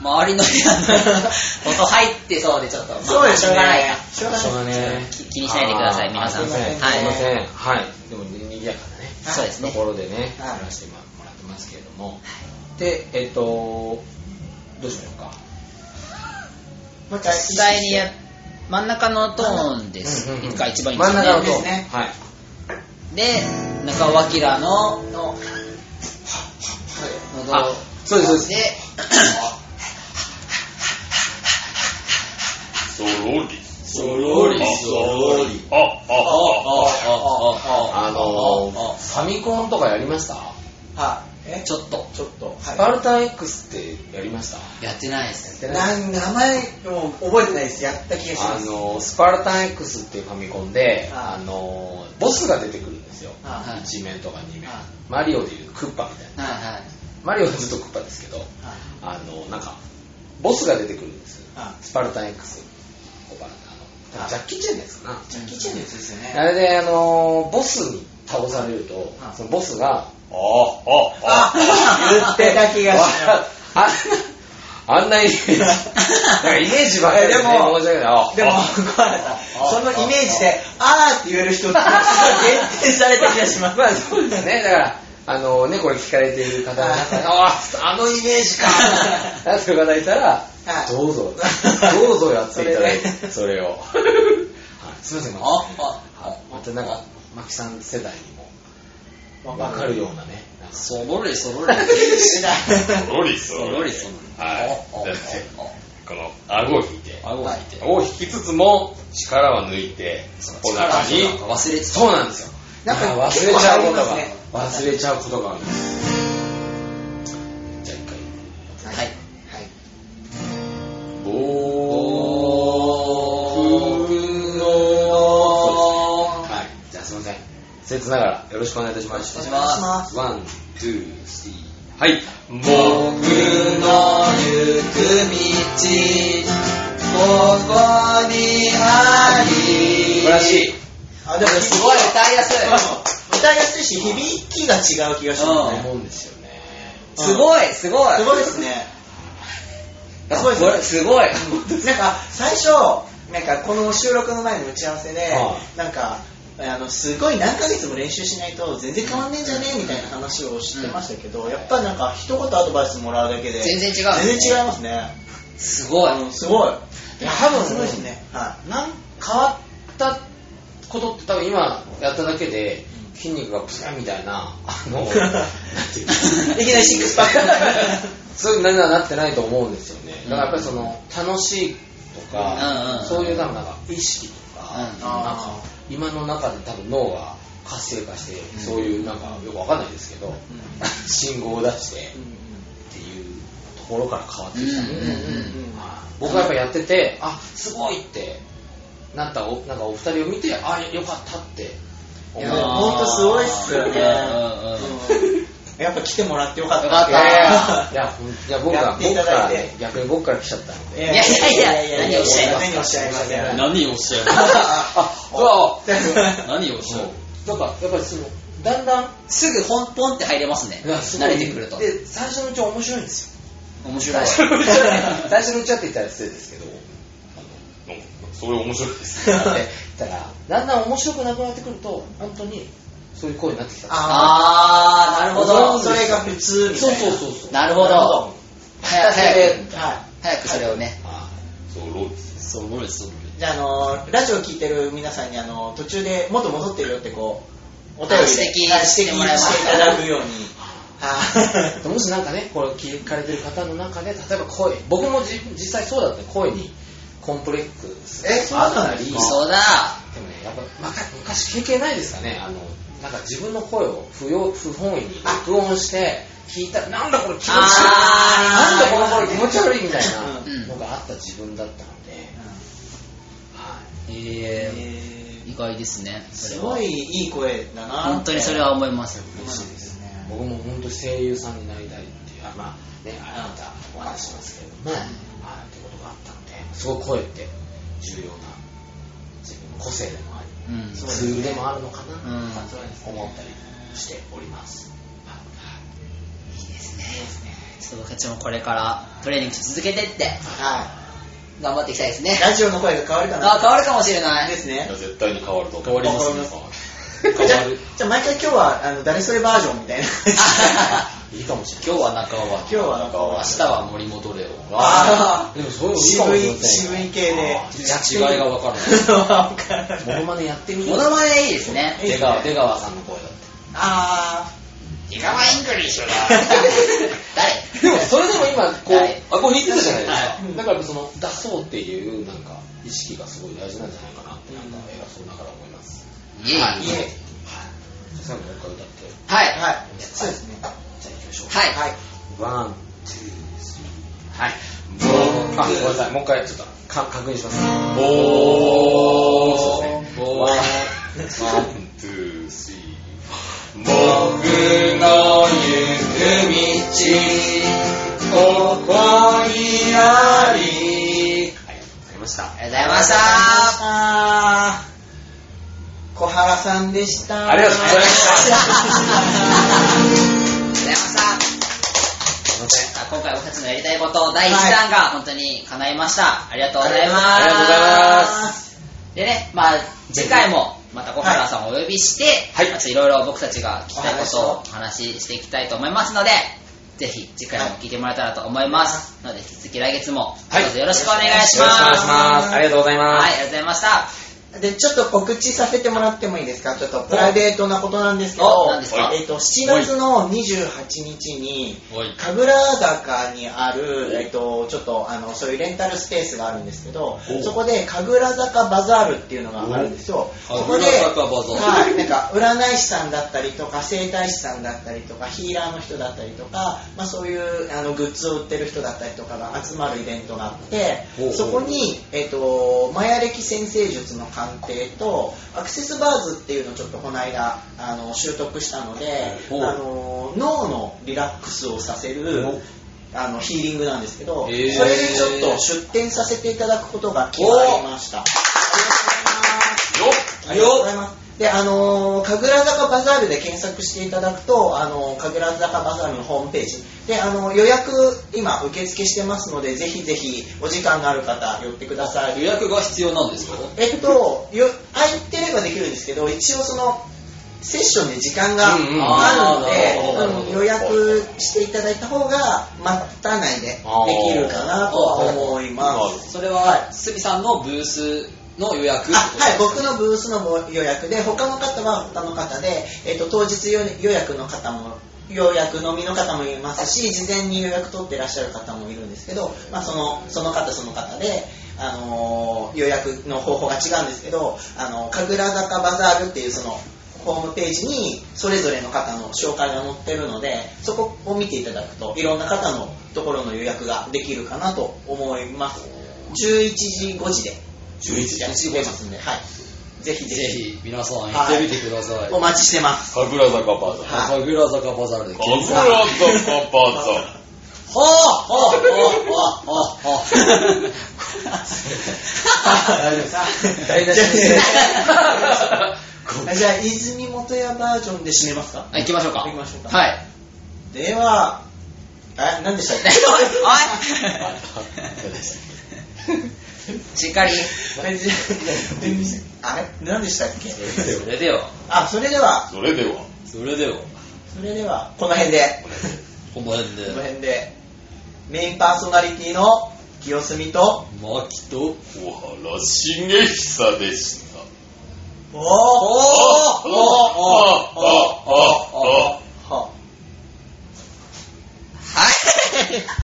Speaker 2: 周りの部屋の音入ってそうでちょっとま あ
Speaker 1: そうです
Speaker 2: しょうがない
Speaker 1: ね
Speaker 2: か
Speaker 1: しょうがない
Speaker 3: しょうがね
Speaker 2: 気気にしないでください皆さん
Speaker 3: あーすいません、
Speaker 2: はい
Speaker 3: すいません。はい。でも、にぎやかなね、
Speaker 2: そうですね
Speaker 3: ところでね、
Speaker 1: はい
Speaker 3: やらせてもらってますけれども。で、えっと、どうしましょうか。
Speaker 1: もう一回
Speaker 2: 実際にや真ん中のトーンです
Speaker 3: うんうんうん
Speaker 2: が一番いいんで
Speaker 3: 真ん
Speaker 2: す
Speaker 3: 中
Speaker 2: よ
Speaker 3: の
Speaker 2: ね
Speaker 3: と、
Speaker 1: ですね
Speaker 3: はい。
Speaker 2: で中尾明の
Speaker 1: の
Speaker 2: 喉
Speaker 3: あ、そうです、そうです。
Speaker 2: で
Speaker 4: そろり。
Speaker 2: そろりそろり。
Speaker 4: あ、あ、あ、あ。
Speaker 3: あのー、ファミコンとかやりました
Speaker 1: はいえ
Speaker 2: ちょっと
Speaker 1: ちょっと
Speaker 3: ス
Speaker 1: は
Speaker 3: パルタン X ってやりました
Speaker 2: やってないです
Speaker 1: いなん名前も覚えてないですやった気がしま
Speaker 3: あ
Speaker 1: す
Speaker 3: のー、スパルタン X っていうファミコンで、
Speaker 1: あ
Speaker 3: あのー、ボスが出てくるんですよ。
Speaker 1: はい
Speaker 2: はい
Speaker 3: 1面とか2面
Speaker 1: あ。
Speaker 3: マリオでいうクッパみたいな。
Speaker 2: はいはい
Speaker 3: マリオはずっとクッパですけど、
Speaker 1: はい
Speaker 3: あの、なんか、ボスが出てくるんです。
Speaker 1: あ
Speaker 3: スパルタン X。コパラあの、
Speaker 1: あ
Speaker 3: ジャッキー・チェンのやつかな。
Speaker 1: ジャッキーチェンのやつですよ
Speaker 3: あ
Speaker 1: ね
Speaker 3: れで、あのーボスに倒されると
Speaker 1: あ、
Speaker 3: そのボスが、
Speaker 4: あ、あ、あ。
Speaker 1: あ言ってた気がします
Speaker 3: ああんな、あんなイメージ、なんかイメージばっかりで、ね、
Speaker 1: えでも
Speaker 3: 申し訳ないあ。
Speaker 1: でも、小原さん、そのイメージで、あーって言える人って、限定された気がします。まあ、そうで
Speaker 3: あね、だから、あのね、これ聞かれている方 の中で、ああ、あのイメージか、なんていう方いたら、
Speaker 1: はい
Speaker 3: どうぞ、どうぞやっていただいて、それを。はいすいません、ま
Speaker 2: ああ
Speaker 3: あまたなんか、マキさん世代にも分かるようなね、なんか
Speaker 2: そろりそろり
Speaker 4: そろりそ
Speaker 2: そ
Speaker 4: ろ
Speaker 2: ろ
Speaker 4: り
Speaker 2: り。そろり
Speaker 4: はい。だって、この、顎を引いて、
Speaker 2: あ顎を引いて
Speaker 4: 顎を引きつつも、力は抜いて、お腹に、
Speaker 2: 忘れてた
Speaker 3: そうなんですよ。
Speaker 1: なんか
Speaker 3: いや忘れちゃうこと
Speaker 1: 結構
Speaker 3: が、
Speaker 1: あります
Speaker 3: 忘れちゃうことがあるんです。じゃあ一回。
Speaker 2: はい
Speaker 3: 僕のはい。じゃあすいません。せつながらよろしくお願いいたします。
Speaker 2: お願いし
Speaker 1: お願いしま
Speaker 2: ま
Speaker 1: す。
Speaker 3: ワン、ツー、スリー。
Speaker 4: はい。僕
Speaker 1: の行く道、ここにあり。
Speaker 3: 素晴らしい。
Speaker 1: あ、でも
Speaker 2: すごい歌いやすい
Speaker 1: 歌いやすいし、響きが違う気がしますね。
Speaker 3: 思うんですよね。
Speaker 2: すすごいすごい
Speaker 1: すごいですね。すごいですね
Speaker 2: これすごい
Speaker 1: なんか最初なんかこの収録の前の打ち合わせで、
Speaker 3: は
Speaker 1: なんかあのすごい何ヶ月も練習しないと全然変わんねえんじゃねえみたいな話をしてましたけど、やっぱなんか一言アドバイスもらうだけで
Speaker 2: 全然違う
Speaker 1: 全然違いますね
Speaker 2: すごい
Speaker 1: うんすごい
Speaker 3: いや多分
Speaker 1: すごいですねはい
Speaker 3: なん変わったことって多分今やっただけで筋肉がプサンみたいなあ のなんていうの
Speaker 1: いきなりシックスパック
Speaker 3: そういうのにはなってないと思うんですよねだからやっぱりその楽しいと
Speaker 2: うんうん
Speaker 3: か
Speaker 2: うん
Speaker 3: そういう多分なんか意識とか
Speaker 2: うん
Speaker 3: なんか今の中で多分脳が活性化して、そういうなんかよくわかんないですけど、信号を出してっていうところから変わってきたので、
Speaker 2: うんうん
Speaker 1: うん
Speaker 3: はい僕はやっぱやってて、あすごいってなったおなんかお二人を見て、あよかったって
Speaker 1: い
Speaker 3: 思う
Speaker 1: や、ほんとすごいっすよね。
Speaker 2: うんうんうん
Speaker 1: うんやっぱ来てもらってよかった。
Speaker 2: よかっ
Speaker 3: い
Speaker 2: た
Speaker 3: やいやいやほんいや僕
Speaker 1: や
Speaker 3: が
Speaker 1: ってい
Speaker 3: 僕
Speaker 1: た
Speaker 3: か
Speaker 1: だ
Speaker 3: ら
Speaker 1: いて
Speaker 3: 逆に僕から来ちゃったの で
Speaker 1: い
Speaker 2: やいやい
Speaker 1: 何
Speaker 2: や
Speaker 1: をおっしゃいま
Speaker 2: 何
Speaker 1: す
Speaker 2: を
Speaker 1: 何をおっしゃいます
Speaker 4: 何
Speaker 3: あそう
Speaker 4: をおっしゃいます何をおっしゃいま
Speaker 3: なんかやっぱりそのだんだん
Speaker 2: すぐポンポンって入れますね。慣れてくると。
Speaker 3: で最初のうちは面白い んですよ
Speaker 2: 面白い。
Speaker 3: 最初のうちは最初のうちはって言ったら失礼ですけど
Speaker 4: すうんそれ面白いです
Speaker 3: だったらだんだん面白くなくなってくると本当にそういう声になってきた
Speaker 2: あー、なるほど。
Speaker 1: それが普通みたい
Speaker 3: そう
Speaker 1: な。
Speaker 3: そうそうそう
Speaker 2: なるほ
Speaker 1: なるほ
Speaker 2: ど
Speaker 1: ど。
Speaker 2: 早く、早く、
Speaker 1: は
Speaker 2: 早くそれをね。
Speaker 4: そうローです
Speaker 2: そう、ロールス、そう、ロール
Speaker 1: い。じゃあ、あのーラジオ聞いてる皆さんに、あのー途中でもっと戻ってるよって、こう、お便りで
Speaker 2: 指摘
Speaker 1: はい
Speaker 2: して
Speaker 1: 指
Speaker 2: もらえ
Speaker 1: 摘
Speaker 2: ますか
Speaker 1: していただくように。はい
Speaker 3: もしなんかね、これ聞かれてる方の中で、例えば声、僕もじ実際そうだった、声にコンプレックス。
Speaker 1: えそうなん
Speaker 3: あったり
Speaker 2: ス。そうだ。
Speaker 3: でもね、やっぱ、ま昔経験ないですかね、あの、なんか自分の声を不要不本意に録音して、聞いたら、なんだこれ気持ち悪い。
Speaker 2: あ
Speaker 3: な
Speaker 2: ー
Speaker 3: んだこの声気持ち悪いみたい
Speaker 2: うん
Speaker 3: なのがあった自分だったので、はい
Speaker 2: えー、
Speaker 1: えー
Speaker 2: 意外ですね。そ
Speaker 1: す
Speaker 2: れ
Speaker 1: ご。
Speaker 2: はい
Speaker 1: いい声だな。
Speaker 2: 本当にそれは思います。
Speaker 1: 嬉しいですね。
Speaker 3: 僕も本当声優さんになりたいっていう、あまあね、あなたお話しますけれども、はい、ってことがあったので、すごい声って重要な自分の個性でもあり、
Speaker 2: うん。
Speaker 1: そうです
Speaker 3: ツ
Speaker 1: ね
Speaker 3: ールでもあるのかなと
Speaker 2: うん
Speaker 3: か思ったりしております。
Speaker 2: いいですね。ちょっと僕たちもこれからトレーニング続けてって
Speaker 1: は
Speaker 2: 頑張っていきたいですね
Speaker 1: い。。ラジオの声が変わるかな。
Speaker 2: あ、変わるかもしれない。
Speaker 1: ですね
Speaker 4: いや。絶対に変わると
Speaker 3: 変わります
Speaker 4: ね
Speaker 1: じゃあ、じゃあ毎回今日は、あの、誰それバージョンみ たいな。
Speaker 3: いいかもしれない。
Speaker 2: 今日は中尾
Speaker 1: 今日は なんか、
Speaker 2: 明日は森本レオ
Speaker 1: あ
Speaker 3: でもそういうのいいかも
Speaker 1: 渋
Speaker 3: しれ
Speaker 1: い、
Speaker 3: ません
Speaker 1: 渋
Speaker 3: よ
Speaker 1: い系で。
Speaker 3: 違いがわからない。
Speaker 1: わかんない
Speaker 3: モノマネやってみよ
Speaker 2: モ
Speaker 3: う。
Speaker 2: ノマネいいですね
Speaker 1: いいね
Speaker 3: 出川出川さんの声だって。
Speaker 1: あ
Speaker 2: デカマイングリッシ ュだ
Speaker 3: で
Speaker 2: 誰
Speaker 3: もそれでも今こう、
Speaker 2: はい
Speaker 3: あこう弾いてたじゃないですか、
Speaker 1: はい
Speaker 3: だからその出そうっていうなんか意識がすごい大事なんじゃないかなってなんか偉そうながら思います、
Speaker 2: いえいえ
Speaker 3: はい
Speaker 2: はい
Speaker 3: はい最後もう
Speaker 1: ー、はい。そう
Speaker 3: 一回歌って
Speaker 1: ですね。
Speaker 3: じゃあ行きましょ
Speaker 2: はい、
Speaker 1: はい。
Speaker 3: うワンツーはい
Speaker 4: 僕
Speaker 3: あごめんなさいもう一回ちょっとか確認します
Speaker 4: ボー
Speaker 3: そうですねワン
Speaker 4: ワン、ツー、スリー。僕の行く道、ここにあ
Speaker 3: ありが
Speaker 4: り。
Speaker 3: とうございました
Speaker 2: ありがとうございました
Speaker 1: あー、小原さんでした。
Speaker 3: ありがとうございま
Speaker 1: し
Speaker 2: ありがとうございました
Speaker 3: すいません
Speaker 2: さあ今回僕たちのやりたいこと第1弾が本当に叶いましたありがとうございます
Speaker 3: ありがとうございます
Speaker 2: でねまあ次回もまた小原さんをお呼びして、
Speaker 3: はい
Speaker 2: まあちょっといろいろ僕たちが聞きたいことをお話ししていきたいと思いますのでぜひ次回も聞いてもらえたらと思います、ので引き続き来月もどうぞよろしくお願いし
Speaker 3: よ
Speaker 2: ま
Speaker 3: ろしくお願い
Speaker 2: す
Speaker 3: しますありがとうございます、
Speaker 2: はい、ありがとうございました。
Speaker 1: た。で、ちょっと告知させてもらってもいいですかちょっとプライベートなことなんですけど
Speaker 2: お何ですか、
Speaker 1: えっと、7月の28日に、 神楽坂にある、えっと、ちょっとあのそういうレンタルスペースがあるんですけどそこで神楽坂バザールっていうのがあるんですよそこで
Speaker 2: 神楽坂バザール
Speaker 1: はいなんか占い師さんだったりとか整体師さんだったりとかヒーラーの人だったりとか、まあ、そういうあのグッズを売ってる人だったりとかが集まるイベントがあってそこに、えっと、マヤ暦先生術の鑑定とアクセスバーズっていうのをちょっとこの間あの習得したのであ
Speaker 3: おう
Speaker 1: の脳のリラックスをさせるあのヒーリングなんですけど、
Speaker 3: へー
Speaker 1: それでちょっと出展させていただくことが決まりました。ありがとうございます。で、あのー神楽坂バザールで検索していただくと、あのー神楽坂バザールのホームページ、で、あのー予約、今、受付してますので、ぜひぜひ、お時間がある方、寄ってください。
Speaker 2: 約が必要なんですか
Speaker 1: えっと、よ空いてればできるんですけど、一応その、セッションで時間があ
Speaker 3: うんうん
Speaker 1: る
Speaker 2: あーなるほどなる
Speaker 1: の
Speaker 2: ほ
Speaker 1: で、
Speaker 2: ど
Speaker 1: うん予約していただいた方が、待たないでできるかなとは思います。
Speaker 2: それは、すみさんのブースの予
Speaker 1: あ
Speaker 2: 約
Speaker 1: はい、僕のブースの予約で、他の方は他の方で、えっと、当日予約の方も、予約のみの方もいますし、事前に予約取ってらっしゃる方もいるんですけど、まあ、そのその方その方で、あのー予約の方法が違うんですけど、あの神楽坂バザールっていうそのホームページにそれぞれの方の紹介が載ってるのでそこを見ていただくといろんな方のところの予約ができるかなと思います11時5時で
Speaker 4: 11時
Speaker 1: やってますんで、はい、ぜひぜ
Speaker 2: ぜ
Speaker 1: ひ
Speaker 2: ひ皆さん行ってみてください。
Speaker 1: お待ちしてます
Speaker 4: 神楽坂バザー。
Speaker 1: は
Speaker 2: 神楽坂バザールで
Speaker 4: 神楽
Speaker 2: 検索。
Speaker 4: 坂バザー。
Speaker 2: ほうほうほうほうほうほう。
Speaker 1: 大丈夫です。台無しにして。じゃあ、泉本屋バージョンで締めますか
Speaker 2: あ行きましょうか。
Speaker 1: 行きましょうか
Speaker 2: はい。
Speaker 1: では、え、何でしたっけ
Speaker 2: おいしっかり。
Speaker 1: あれ何でしたっけ
Speaker 2: それでは、
Speaker 1: あ、それでは、
Speaker 4: それでは、
Speaker 2: それでは、
Speaker 1: それでは、この辺で、
Speaker 2: この辺で
Speaker 1: この辺で、メインパーソナリティの清澄と、
Speaker 2: マキと、
Speaker 4: 小原茂久でした。
Speaker 1: お
Speaker 4: ああああああ
Speaker 1: は
Speaker 2: はい